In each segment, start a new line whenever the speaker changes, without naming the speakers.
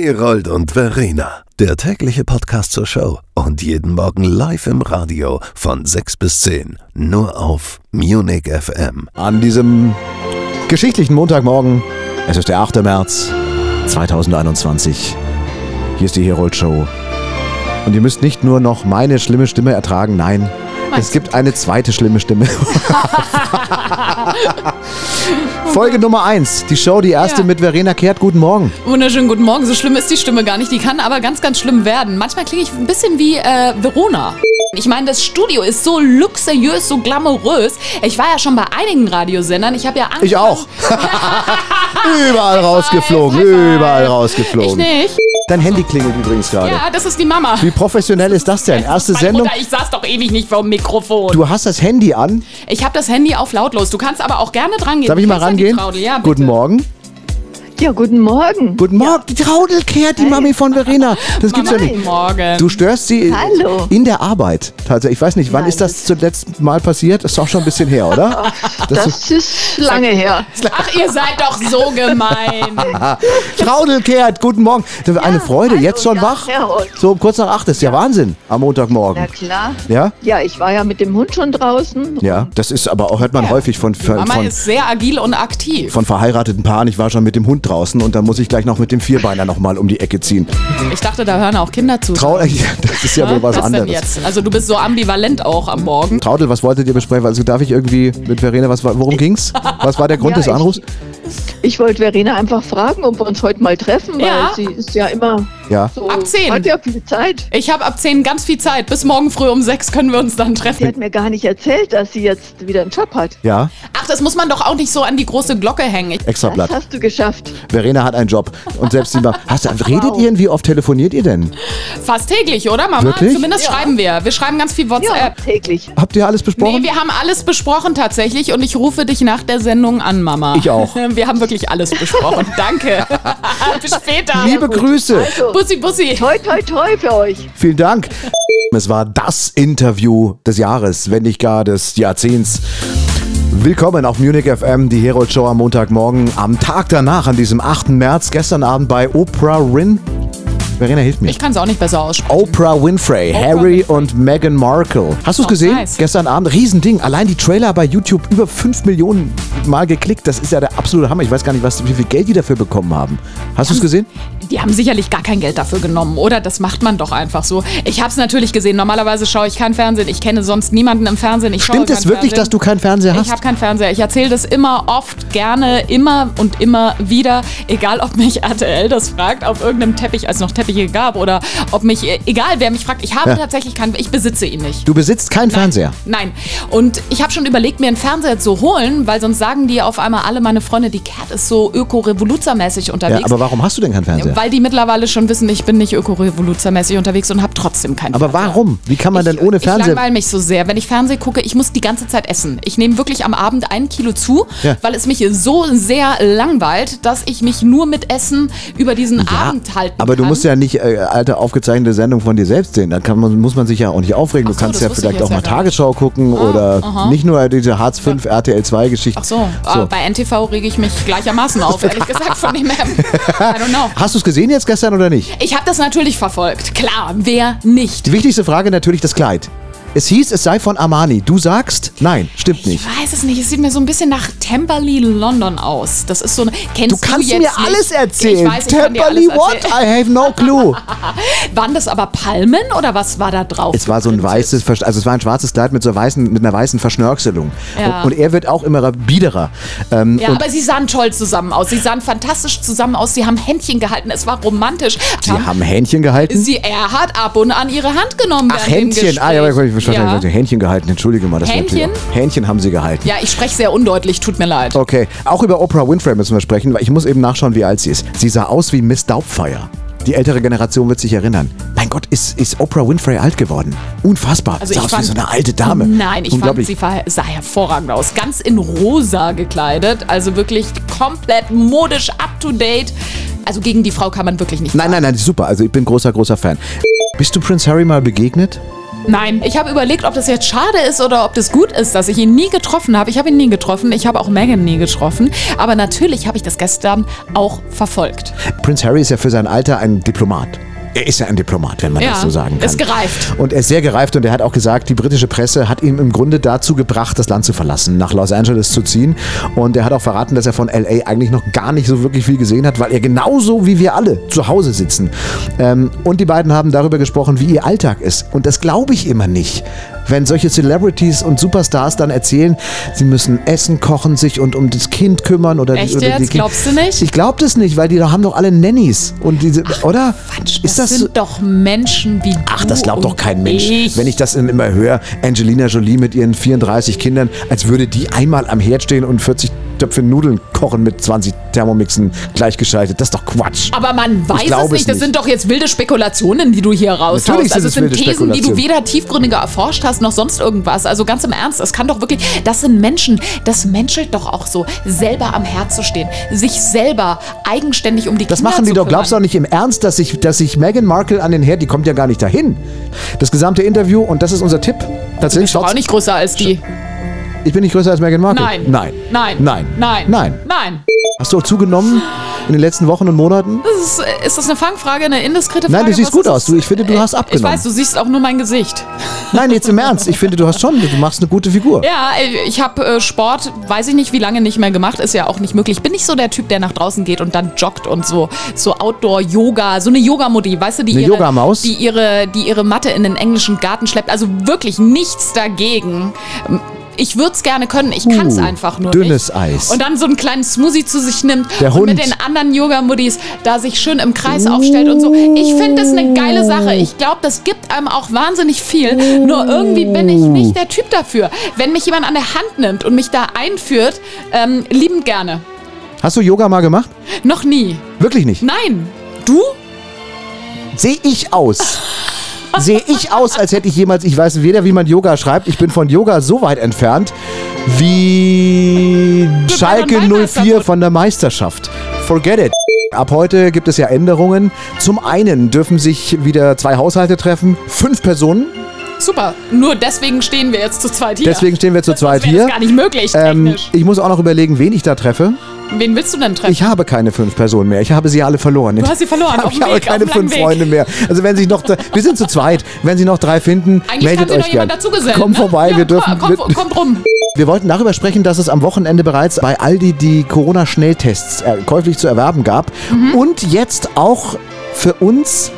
Herold und Verena, der tägliche Podcast zur Show und jeden Morgen live im Radio von 6 bis 10, nur auf Munich FM.
an diesem geschichtlichen Montagmorgen. Es ist der 8. März 2021. Hier ist die Herold Show. Und ihr müsst nicht nur noch meine schlimme Stimme ertragen, nein. Es gibt eine zweite schlimme Stimme. Folge Nummer 1, die Show, die erste
Ja.
mit Verena Kehrt. Guten Morgen.
Wunderschönen guten Morgen. So schlimm ist die Stimme gar nicht. Die kann aber ganz, ganz schlimm werden. Manchmal klinge ich ein bisschen wie äh, Verona. Ich meine, das Studio ist so luxuriös, so glamourös. Ich war ja schon bei einigen Radiosendern. Ich habe ja Angst.
Ich auch. Überall rausgeflogen, überall
Ich
rausgeflogen.
nicht.
Dein Handy klingelt übrigens gerade.
Ja, das ist die Mama.
Wie professionell ist das denn? Erste
Meine
Sendung.
Mutter, ich saß doch ewig nicht vor dem Mikrofon.
Du hast das Handy an.
Ich habe das Handy auf lautlos. Du kannst aber auch gerne dran gehen.
Darf ich
Du
mal
kennst ja
rangehen?
die Traudel. Ja, bitte.
Guten Morgen.
Ja, guten Morgen.
Guten Morgen. Die Traudel kehrt, die Mami von Verena. Das gibt's ja
Mama,
nicht.
Guten Morgen.
Du störst sie
Hallo.
in der Arbeit. Tatsächlich. Ich weiß nicht, wann
Nein,
ist das zuletzt mal passiert? Ist auch schon ein bisschen her, oder? Das ist-
Oh, Das ist lange her.
Ach, ihr seid doch so gemein.
Ah, Traudel kehrt, guten Morgen. Das war eine Freude,
hallo,
jetzt schon
ja,
wach?
Herold.
So um kurz nach acht ist ja Wahnsinn am Montagmorgen.
Na klar.
Ja?
Ja, ich war ja mit dem Hund schon draußen.
Ja, das ist aber auch, hört man häufig von, von,
Mama
von,
ist sehr agil und aktiv.
von verheirateten Paaren. Ich war schon mit dem Hund draußen und dann muss ich gleich noch mit dem Vierbeiner nochmal um die Ecke ziehen.
Ich dachte, da hören auch Kinder zu.
Traudel, das ist ja wohl was,
denn
anderes.
jetzt? Also du bist so ambivalent auch am Morgen.
Traudel, was wolltet ihr besprechen? Also darf ich irgendwie mit Verena, was, war- worum ging's? Was war der Grund
Ja,
des
ich-
Anrufs?
Ich wollte Verena einfach fragen, ob wir uns heute mal treffen, weil
Ja.
sie ist ja immer
Ja.
so.
Ab 10.
Hat ja viel Zeit.
Ich habe ab 10 ganz viel Zeit. Bis morgen früh um 6 können wir uns dann
Sie
treffen.
hat mir gar nicht erzählt, dass sie jetzt wieder einen Job hat.
Ja,
Ach, das muss man doch auch nicht so an die große Glocke hängen. Ich,
extra
Das
Blatt.
hast du geschafft.
Verena hat einen Job. Und selbst die Ma- Hast du, redet
Wow.
ihr denn? Wie oft telefoniert ihr denn?
fast täglich, oder Mama?
Wirklich?
Zumindest
Ja.
schreiben wir. Wir schreiben ganz viel
Ja,
WhatsApp.
täglich.
Habt ihr alles besprochen?
Nee, wir haben alles besprochen tatsächlich und ich rufe dich nach der Sendung an, Mama.
Ich auch.
Wir haben wirklich alles besprochen. Danke. Bis später.
Liebe Grüße.
Also,
Bussi, Bussi.
toi, toi, toi für euch.
Vielen Dank. Es war das Interview des Jahres, wenn nicht gar des Jahrzehnts. Willkommen auf Munich FM, die Herold Show am Montagmorgen, am Tag danach, an diesem 8. März, gestern Abend bei Oprah Win. Verena, hilf mir.
Ich kann es auch nicht besser aussprechen.
Oprah Winfrey, Harry und Meghan Markle. Hast du es
Oh,
gesehen?
nice.
Gestern Abend, Riesending. Allein die Trailer bei YouTube über 5 Millionen Mal geklickt. Das ist ja der absolute Hammer. Ich weiß gar nicht, was, wie viel Geld die dafür bekommen haben. Hast du es gesehen?
Die haben sicherlich gar kein Geld dafür genommen, oder? Das macht man doch einfach so. Ich habe es natürlich gesehen. Normalerweise schaue ich kein Fernsehen. Ich kenne sonst niemanden im Fernsehen. Ich
Stimmt
schaue
es
kein
wirklich, dass
Fernsehen.
du keinen Fernseher hast?
Ich habe keinen Fernseher. Ich erzähle das immer oft, gerne, immer und immer wieder. Egal, ob mich RTL das fragt, auf irgendeinem Teppich, als es noch Teppiche gab, oder ob mich, egal wer mich fragt, ich habe
Ja.
tatsächlich keinen, ich besitze ihn nicht.
du besitzt keinen Fernseher.
Nein. Und ich habe schon überlegt, mir einen Fernseher zu holen, weil sonst sagen die auf einmal alle meine Freunde, die Cat ist so öko-revoluzermäßig
Ja,
unterwegs.
aber warum hast du denn keinen Fernseher?
Weil die mittlerweile schon wissen, ich bin nicht ökorevoluzermäßig unterwegs und habe trotzdem keinen
aber
Fernseher.
warum? Wie kann man denn ohne
Ich
Fernseher?
langweile mich so sehr. Wenn ich Fernsehen gucke, ich muss die ganze Zeit essen. Ich nehme wirklich am Abend ein Kilo zu,
Ja.
weil es mich so sehr langweilt, dass ich mich nur mit Essen über diesen
Ja,
Abend halten
aber du
kann.
musst ja nicht äh, alte aufgezeichnete Sendungen von dir selbst sehen. Da kann man, muss man sich ja auch nicht aufregen.
Ach
du
so,
kannst
das
ja
wusste
vielleicht
ich
auch
jetzt
mal
ja gar nicht. Ah,
Tagesschau gucken oder nicht nur diese Hartz 5 RTL 2 Geschichten.
Ach so, ah, aber bei NTV rege ich mich gleichermaßen auf, ehrlich gesagt, von dem her. I don't know.
Hast du es gesehen jetzt gestern oder nicht?
Ich habe das natürlich verfolgt. Klar, wer nicht?
Die wichtigste Frage natürlich das Kleid. Es hieß, es sei von Armani. Du sagst, nein, stimmt nicht.
Ich weiß es nicht. Es sieht mir so ein bisschen nach Temperley London aus. Das ist so eine. Kennst
Du kannst
jetzt
mir
nicht.
alles erzählen.
Ich weiß, ich kann dir
Temperley,
alles
what?
erzählen.
I have no clue.
Waren das aber Palmen oder was war da drauf?
Es war so ein weißes, Versch- also es war ein schwarzes Kleid mit, so weißen, mit einer weißen Verschnörkelung.
Ja.
Und, und er wird auch immer biederer. Ähm,
Ja,
und
aber sie sahen toll zusammen aus. Sie sahen fantastisch zusammen aus. Sie haben Händchen gehalten. Es war romantisch.
die haben Händchen gehalten.
sie er hat ab und an ihre Hand genommen.
Ach,
während dem
Händchen. Ah, ja, ich
Gespräch.
verstehe.
ja.
Ja. Händchen gehalten, entschuldige mal. Das war
Händchen?
natürlich- Händchen haben sie gehalten.
ja, ich spreche sehr undeutlich. Tut mir leid.
Okay, auch über Oprah Winfrey müssen wir sprechen, weil ich muss eben nachschauen, wie alt sie ist. Sie sah aus wie Miss Doubtfire. Die ältere Generation wird sich erinnern. Mein Gott, ist, ist Oprah Winfrey alt geworden? Unfassbar.
Also
sah
ich
aus wie
fand-
so eine alte Dame.
Nein, ich fand,
Unglaublich.
sie ver- sah hervorragend aus. Ganz in rosa gekleidet. Also wirklich komplett modisch up to date. Also gegen die Frau kann man wirklich nicht.
Nein, nein, nein, super. Also ich bin großer, großer Fan. Bist du Prince Harry mal begegnet?
Nein, ich habe überlegt, ob das jetzt schade ist oder ob das gut ist, dass ich ihn nie getroffen habe. Ich habe ihn nie getroffen. Ich habe auch Megan nie getroffen. Aber natürlich habe ich das gestern auch verfolgt.
Prince Harry ist ja für sein Alter ein Diplomat. Er ist ja ein Diplomat, wenn man
Ja,
das so sagen kann.
ist gereift.
Und er ist sehr gereift und er hat auch gesagt, die britische Presse hat ihn im Grunde dazu gebracht, das Land zu verlassen, nach Los Angeles zu ziehen. Und er hat auch verraten, dass er von LA eigentlich noch gar nicht so wirklich viel gesehen hat, weil er genauso wie wir alle zu Hause sitzen. Ähm, und die beiden haben darüber gesprochen, wie ihr Alltag ist. Und das glaube ich immer nicht. Wenn solche Celebrities und Superstars dann erzählen, sie müssen Essen kochen, sich und um das Kind kümmern oder
Echt
die, oder die
jetzt?
Kin-
Glaubst du nicht?
Ich glaube das nicht, weil die haben doch alle Nannies und diese, oder?
Quatsch, das,
ist das, so-
sind doch Menschen wie
Ach,
du
das glaubt doch
und
kein Mensch.
Ich.
Wenn ich das dann immer höre, Angelina Jolie mit ihren 34 Kindern, als würde die einmal am Herd stehen und 40 Töpfe Nudeln kochen mit 20 Thermomixen gleichgeschaltet. Das ist doch Quatsch.
aber man weiß es
glaube
nicht.
es
Das
nicht.
sind doch jetzt wilde Spekulationen, die du hier raushaust.
Natürlich sind
also
es
sind
wilde
Thesen, die du
Spekulationen.
weder tiefgründiger erforscht hast noch sonst irgendwas. Also ganz im Ernst, es kann doch wirklich, das sind Menschen, das menschelt doch auch so, selber am Herd zu stehen, sich selber eigenständig um die
Das
Kinder
machen die
zu
doch,
kümmern.
glaubst du doch nicht im Ernst, dass sich dass ich Meghan Markle an den Herd, die kommt ja gar nicht dahin. Das gesamte Interview, und das ist unser Tipp. Tatsächlich,
Ist doch auch
schaut's-
nicht größer als die.
ich bin nicht größer als Meghan Markle.
Nein.
Nein.
Nein.
Nein.
Nein.
Nein.
Nein.
Hast du auch zugenommen in den letzten Wochen und Monaten?
Das ist, ist das eine Fangfrage, eine indiskrete Frage?
Nein, du siehst
Was
gut
ist das? Äh,
aus. Du, ich finde, du hast
Ich
abgenommen.
weiß, du siehst auch nur mein Gesicht.
Nein, jetzt im Ernst. Ich finde, du hast schon, du machst eine gute Figur.
Ja, ich habe äh, Sport, weiß ich nicht, wie lange nicht mehr gemacht, ist ja auch nicht möglich. Bin nicht so der Typ, der nach draußen geht und dann joggt und so so Outdoor Yoga, so eine Yoga Mutti, weißt du, die
Eine
ihre
Yogamaus?
die ihre die ihre Matte in den englischen Garten schleppt. Also wirklich nichts dagegen. Ähm, Ich würde es gerne können, ich kann es
Uh,
einfach nur
dünnes
nicht.
Eis.
Und dann so einen kleinen Smoothie zu sich nimmt
Der
und mit
Hund.
den anderen Yoga-Muddies da sich schön im Kreis aufstellt und so. Ich finde das eine geile Sache. Ich glaube, das gibt einem auch wahnsinnig viel. Nur irgendwie bin ich nicht der Typ dafür. Wenn mich jemand an der Hand nimmt und mich da einführt, ähm, liebend gerne.
Hast du Yoga mal gemacht?
Noch nie.
Wirklich nicht.
Nein. Du?
Sehe ich aus? Sehe ich aus, als hätte ich jemals, ich weiß weder, wie man Yoga schreibt, ich bin von Yoga so weit entfernt wie
Gut,
Schalke
Bayern Bayern ist ja
04
gut.
von der Meisterschaft. Forget it. Ab heute gibt es ja Änderungen. Zum einen dürfen sich wieder zwei Haushalte treffen, fünf Personen.
Super. Nur deswegen stehen wir jetzt zu zweit hier.
Deswegen stehen wir zu zweit
Sonst wäre
hier.
Das gar nicht möglich,
Ähm,
technisch.
ich muss auch noch überlegen, wen ich da treffe.
Wen willst du denn treffen?
Ich habe keine fünf Personen mehr. Ich habe sie alle verloren.
hast sie verloren,
Ich habe
auf dem
ich habe
Weg, auf
keine
dem langen
fünf
Weg.
Freunde mehr. Also wenn sich noch, wir sind zu zweit. Wenn Sie noch drei finden,
Eigentlich
meldet
haben sie
euch
noch jemand
gern.
dazugesellt.
Kommt
ne?
vorbei,
Ja,
wir dürfen.
Komm, komm,
wir,
komm rum.
wir wollten darüber sprechen, dass es am Wochenende bereits bei Aldi die Corona-Schnelltests äh, käuflich zu erwerben gab
Mhm.
und jetzt auch für uns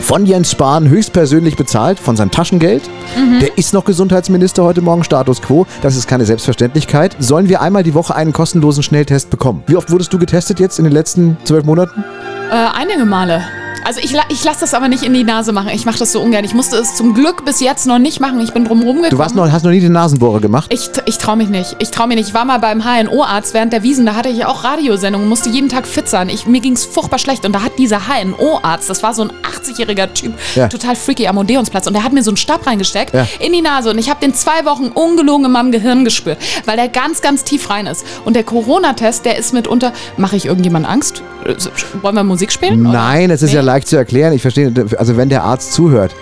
von Jens Spahn höchstpersönlich bezahlt, von seinem Taschengeld.
Mhm.
Der ist noch Gesundheitsminister heute Morgen, Status Quo. Das ist keine Selbstverständlichkeit. Sollen wir einmal die Woche einen kostenlosen Schnelltest bekommen? Wie oft wurdest du getestet jetzt in den letzten zwölf Monaten?
Äh, einige Male. Also ich, la- ich lasse das aber nicht in die Nase machen. Ich mache das so ungern. Ich musste es zum Glück bis jetzt noch nicht machen. Ich bin drum rumgekommen.
Du warst noch, hast noch nie den Nasenbohrer gemacht.
Ich, ich traue mich nicht. Ich traue mich nicht. Ich war mal beim HNO-Arzt während der Wiesen. Da hatte ich auch Radiosendungen, musste jeden Tag fit sein. Ich, mir ging's furchtbar schlecht. Und da hat dieser HNO-Arzt, das war so ein 80-jähriger Typ,
Ja.
total freaky am Odeonsplatz. Und der hat mir so einen Stab reingesteckt
Ja.
in die Nase. Und ich habe den zwei Wochen ungelogen in meinem Gehirn gespürt, weil der ganz, ganz tief rein ist. Und der Corona-Test, der ist mitunter. Mache ich irgendjemandem Angst? Äh, Wollen wir Musik spielen? oder?
Nein, es ist
Nee.
ja leicht zu erklären. Ich verstehe, also wenn der Arzt zuhört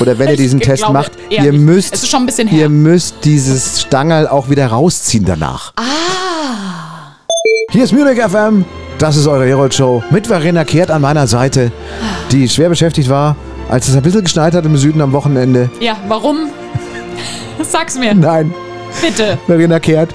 oder wenn er diesen
Ich
Test
glaube
macht,
eher
ihr
nicht.
müsst,
Es ist schon ein bisschen her.
ihr müsst dieses Stangerl auch wieder rausziehen danach.
Ah.
Hier ist Munich FM, das ist eure Herold Show mit Verena Kehrt an meiner Seite, die schwer beschäftigt war, als es ein bisschen geschneit hat im Süden am Wochenende.
Ja, warum? Sag's mir,
Nein,
bitte.
Verena Kehrt,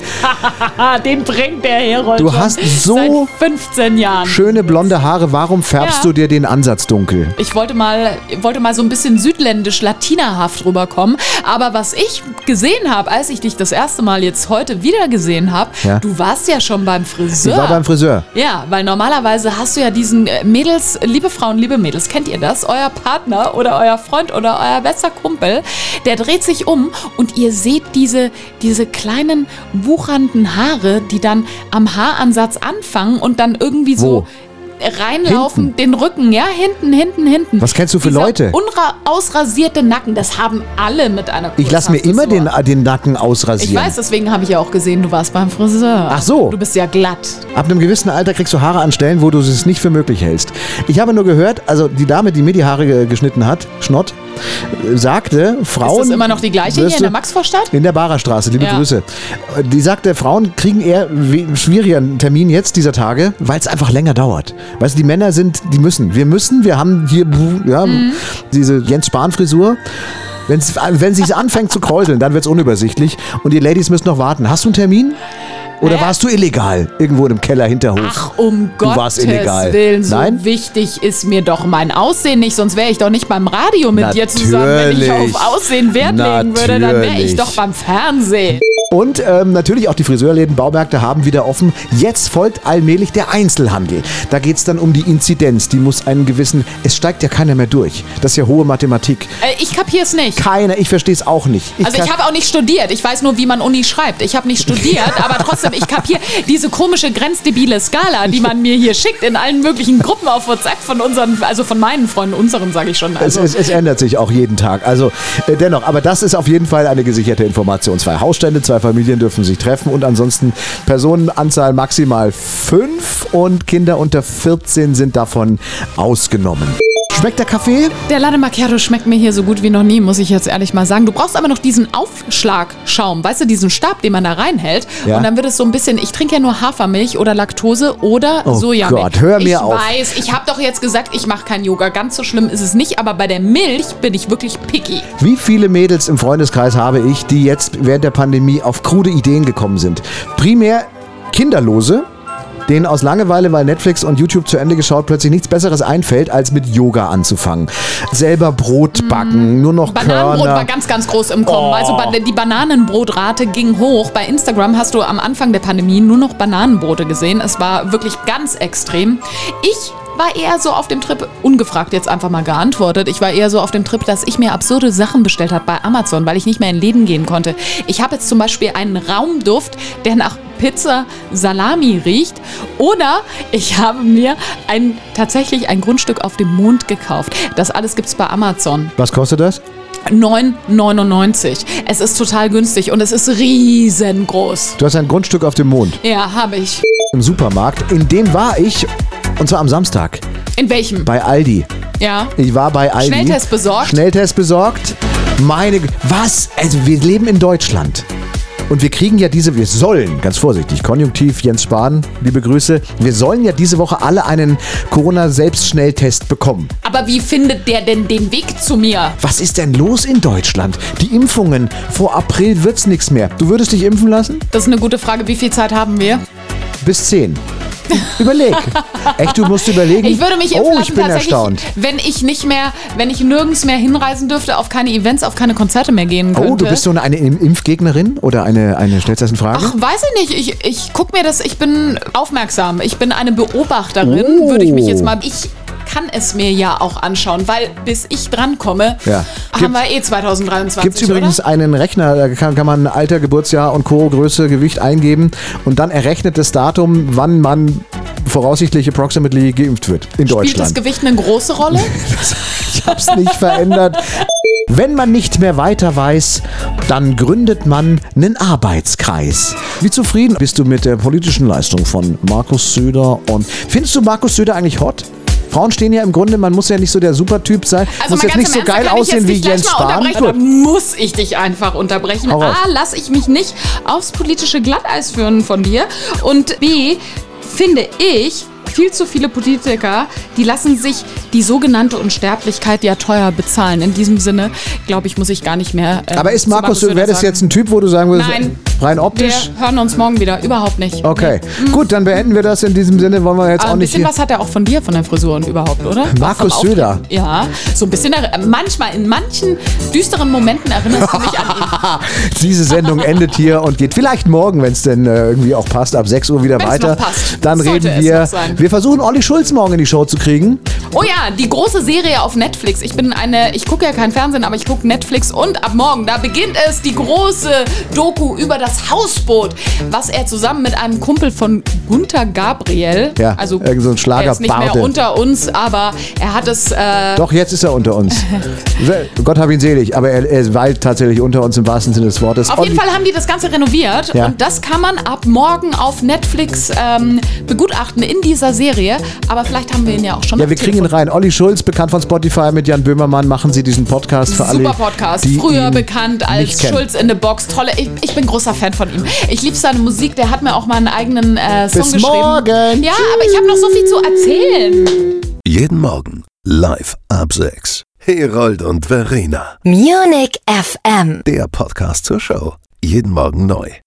Ah, den bringt der Herold.
Du
schon
hast so
seit 15 Jahren.
schöne blonde Haare, warum färbst
Ja.
du dir den Ansatz dunkel?
Ich wollte mal, wollte mal so ein bisschen südländisch, latinahaft rüberkommen. Aber was ich gesehen habe, als ich dich das erste Mal jetzt heute wieder gesehen habe,
Ja.
du warst ja schon beim
Ich
Friseur.
war beim Friseur.
ja, weil normalerweise hast du ja diesen äh, Mädels, liebe Frauen, liebe Mädels, kennt ihr das? Euer Partner oder euer Freund oder euer bester Kumpel, der dreht sich um und ihr seht diese, diese kleinen wuchernden Haare, die dann am Haaransatz anfangen und dann irgendwie
Wo?
so reinlaufen,
Hinten?
den Rücken, ja, hinten, hinten, hinten.
Was kennst du für
Dieser
Leute?
Unra ausrasierte Nacken, das haben alle mit einer
Ich lasse mir immer den, äh,
Kurzhaarfrisur.
den Nacken ausrasieren.
Ich weiß, deswegen habe ich ja auch gesehen, du warst beim Friseur.
Ach so.
Du bist ja glatt.
Ab einem gewissen Alter kriegst du Haare an Stellen, wo du es nicht für möglich hältst. Ich habe nur gehört, also die Dame, die mir die Haare ge- geschnitten hat, Schnott, äh, sagte, Frauen.
Ist das immer noch die gleiche hier
wirst
in der
du-
Maxvorstadt?
in der Barerstraße, liebe
Ja.
Grüße. Die sagte, Frauen kriegen eher we- schwierigeren Termin jetzt dieser Tage, weil es einfach länger dauert. Weißt du, die Männer sind, die müssen. Wir müssen, wir haben hier ja,
Mhm.
diese Jens Spahn-Frisur. Wenn's, wenn sie anfängt zu kräuseln, dann wird es unübersichtlich. Und die Ladies müssen noch warten. Hast du einen Termin? Oder
Naja.
warst du illegal? Irgendwo in einem Kellerhinterhof.
Ach, um
Du
Gottes
warst illegal.
Willen, so
Nein?
wichtig ist mir doch mein Aussehen nicht, sonst wäre ich doch nicht beim Radio mit dir zusammen, wenn ich
Natürlich.
auf Aussehen Wert legen würde, dann wäre
Natürlich.
ich doch beim Fernsehen.
Und ähm, natürlich auch die Friseurläden, Baumärkte haben wieder offen. Jetzt folgt allmählich der Einzelhandel. Da geht's dann um die Inzidenz. Die muss einen gewissen. Es steigt ja keiner mehr durch. Das ist ja hohe Mathematik.
Äh, ich kapier's nicht.
Keiner, ich verstehe es auch nicht.
Also ich
kann-
habe auch nicht studiert. Ich weiß nur, wie man Uni schreibt. Ich habe nicht studiert, aber trotzdem, ich kapiere diese komische grenzdebile Skala, die man mir hier schickt in allen möglichen Gruppen auf WhatsApp von unseren, also von meinen Freunden, unseren sage ich schon.
es,
Also
es, es ändert sich auch jeden Tag. Also äh, dennoch, aber das ist auf jeden Fall eine gesicherte Information. Zwei Hausstände, zwei Familien dürfen sich treffen und ansonsten Personenanzahl maximal fünf und Kinder unter 14 sind davon ausgenommen. Schmeckt der Kaffee?
der Latte Macchiato schmeckt mir hier so gut wie noch nie, muss ich jetzt ehrlich mal sagen. Du brauchst aber noch diesen Aufschlagschaum, weißt du, diesen Stab, den man da reinhält.
Ja.
Und dann wird es so ein bisschen, ich trinke ja nur Hafermilch oder Laktose oder
Oh
Sojamilch.
Gott, hör mir
ich
auf.
Ich weiß, ich habe doch jetzt gesagt, ich mache kein Yoga. Ganz so schlimm ist es nicht, aber bei der Milch bin ich wirklich picky.
Wie viele Mädels im Freundeskreis habe ich, die jetzt während der Pandemie auf krude Ideen gekommen sind? Primär Kinderlose, denen aus Langeweile, weil Netflix und YouTube zu Ende geschaut, plötzlich nichts Besseres einfällt, als mit Yoga anzufangen. Selber Brot backen, nur noch
Bananenbrot
Körner.
war ganz, ganz groß im Kommen. Also ba- die Bananenbrotrate ging hoch. Bei Instagram hast du am Anfang der Pandemie nur noch Bananenbrote gesehen. Es war wirklich ganz extrem. Ich war eher so auf dem Trip, ungefragt jetzt einfach mal geantwortet, ich war eher so auf dem Trip, dass ich mir absurde Sachen bestellt habe bei Amazon, weil ich nicht mehr in Läden gehen konnte. Ich habe jetzt zum Beispiel einen Raumduft, der nach Pizza Salami riecht. Oder ich habe mir ein, tatsächlich ein Grundstück auf dem Mond gekauft. Das alles gibt es bei Amazon.
Was kostet das?
9,99. Es ist total günstig und es ist riesengroß.
Du hast ein Grundstück auf dem Mond
Ja, habe ich.
im Supermarkt. In dem war ich, und zwar am Samstag,
In welchem?
bei Aldi.
Ja.
Ich war bei Aldi.
Schnelltest besorgt?
Schnelltest besorgt. Meine, Gü- was? Also wir leben in Deutschland. Und wir kriegen ja diese, wir sollen, ganz vorsichtig, Konjunktiv, Jens Spahn, liebe Grüße, wir sollen ja diese Woche alle einen Corona-Selbstschnelltest bekommen.
Aber wie findet der denn den Weg zu mir?
Was ist denn los in Deutschland? Die Impfungen, vor April wird's nichts mehr. Du würdest dich impfen lassen?
Das ist eine gute Frage. Wie viel Zeit haben wir?
Bis 10. Überleg. Echt, du musst überlegen.
Ich würde mich impfen
Oh,
lassen,
ich bin
tatsächlich,
erstaunt.
wenn ich nicht mehr, wenn ich nirgends mehr hinreisen dürfte, auf keine Events, auf keine Konzerte mehr gehen könnte.
Oh, du bist so eine, eine Impfgegnerin oder eine, eine stellst du das in Frage?
Ach, weiß ich nicht. Ich, ich guck mir das, ich bin aufmerksam. Ich bin eine Beobachterin,
Oh.
würde ich mich jetzt mal. Ich kann es mir ja auch anschauen, weil bis ich drankomme,
Ja.
haben wir eh 2023.
Gibt es übrigens
oder?
einen Rechner, da kann, kann man Alter, Geburtsjahr und Co. Größe, Gewicht eingeben und dann errechnet das Datum, wann man voraussichtlich approximately geimpft wird in
Spielt das
Deutschland.
Gewicht eine große Rolle?
Ich hab's nicht verändert. Wenn man nicht mehr weiter weiß, dann gründet man einen Arbeitskreis. Wie zufrieden bist du mit der politischen Leistung von Markus Söder und findest du Markus Söder eigentlich hot? Frauen stehen ja im Grunde, man muss ja nicht so der Supertyp sein, muss jetzt
Also mal
nicht
ganz
so
im Ernst,
geil
da kann ich
aussehen
jetzt
wie
nicht gleich
Jens
mal
Spahn.
unterbrechen, Da
Gut.
muss ich dich einfach unterbrechen.
Hau raus.
A, lass ich mich nicht aufs politische Glatteis führen von dir. Und B, finde ich viel zu viele Politiker, die lassen sich die sogenannte Unsterblichkeit ja teuer bezahlen. In diesem Sinne, glaube ich, muss ich gar nicht mehr. äh,
Aber ist
zu
Markus Söder, wäre das
sagen,
jetzt ein Typ, wo du sagen würdest,
Nein.
rein
Wir
optisch?
hören uns morgen wieder. Überhaupt nicht.
Okay, gut, dann beenden wir das in diesem Sinne. Wollen wir jetzt
Aber
auch
Hm. Äh, ein
nicht
bisschen
hier.
was hat er auch von dir, von der Frisur und überhaupt, oder?
Markus
Vom Auftreten.
Söder.
Ja, so ein bisschen. er- Manchmal, in manchen düsteren Momenten erinnerst du mich an ihn.
Diese Sendung endet hier und geht vielleicht morgen, wenn es denn äh, irgendwie auch passt, ab 6 Uhr wieder
Wenn's
weiter.
noch passt.
Dann reden
Sollte es noch
wir.
sein.
Wir versuchen Olli Schulz morgen in die Show zu kriegen.
Oh ja, die große Serie auf Netflix. Ich bin eine, ich gucke ja kein Fernsehen, aber ich gucke Netflix und ab morgen, da beginnt es, die große Doku über das Hausboot, was er zusammen mit einem Kumpel von Gunter Gabriel,
Ja, irgend so ein Schlager-
er ist nicht mehr
Barde.
unter uns, aber er hat es, äh,
Doch, jetzt ist er unter uns. Se- Gott hab ihn selig, aber er, er weilt tatsächlich unter uns im wahrsten Sinne des Wortes.
auf jeden
Olli-
Fall haben die das Ganze renoviert
Ja.
und das kann man ab morgen auf Netflix ähm, begutachten in dieser Serie, aber vielleicht haben wir ihn ja auch schon
Ja,
am
wir kriegen ihn
Telefon.
rein. Nein, Olli Schulz, bekannt von Spotify, mit Jan Böhmermann machen sie diesen Podcast für alle.
Super Podcast.
die
Früher
ihn
bekannt
nicht
als
kennen.
Schulz in the Box. Tolle. Ich, ich bin großer Fan von ihm. Ich liebe seine Musik. Der hat mir auch mal einen eigenen äh, Song
Bis
geschrieben.
morgen.
Ja, aber ich habe noch so viel zu erzählen.
Jeden Morgen live ab 6. Herold und Verena.
Munich FM.
Der Podcast zur Show. Jeden Morgen neu.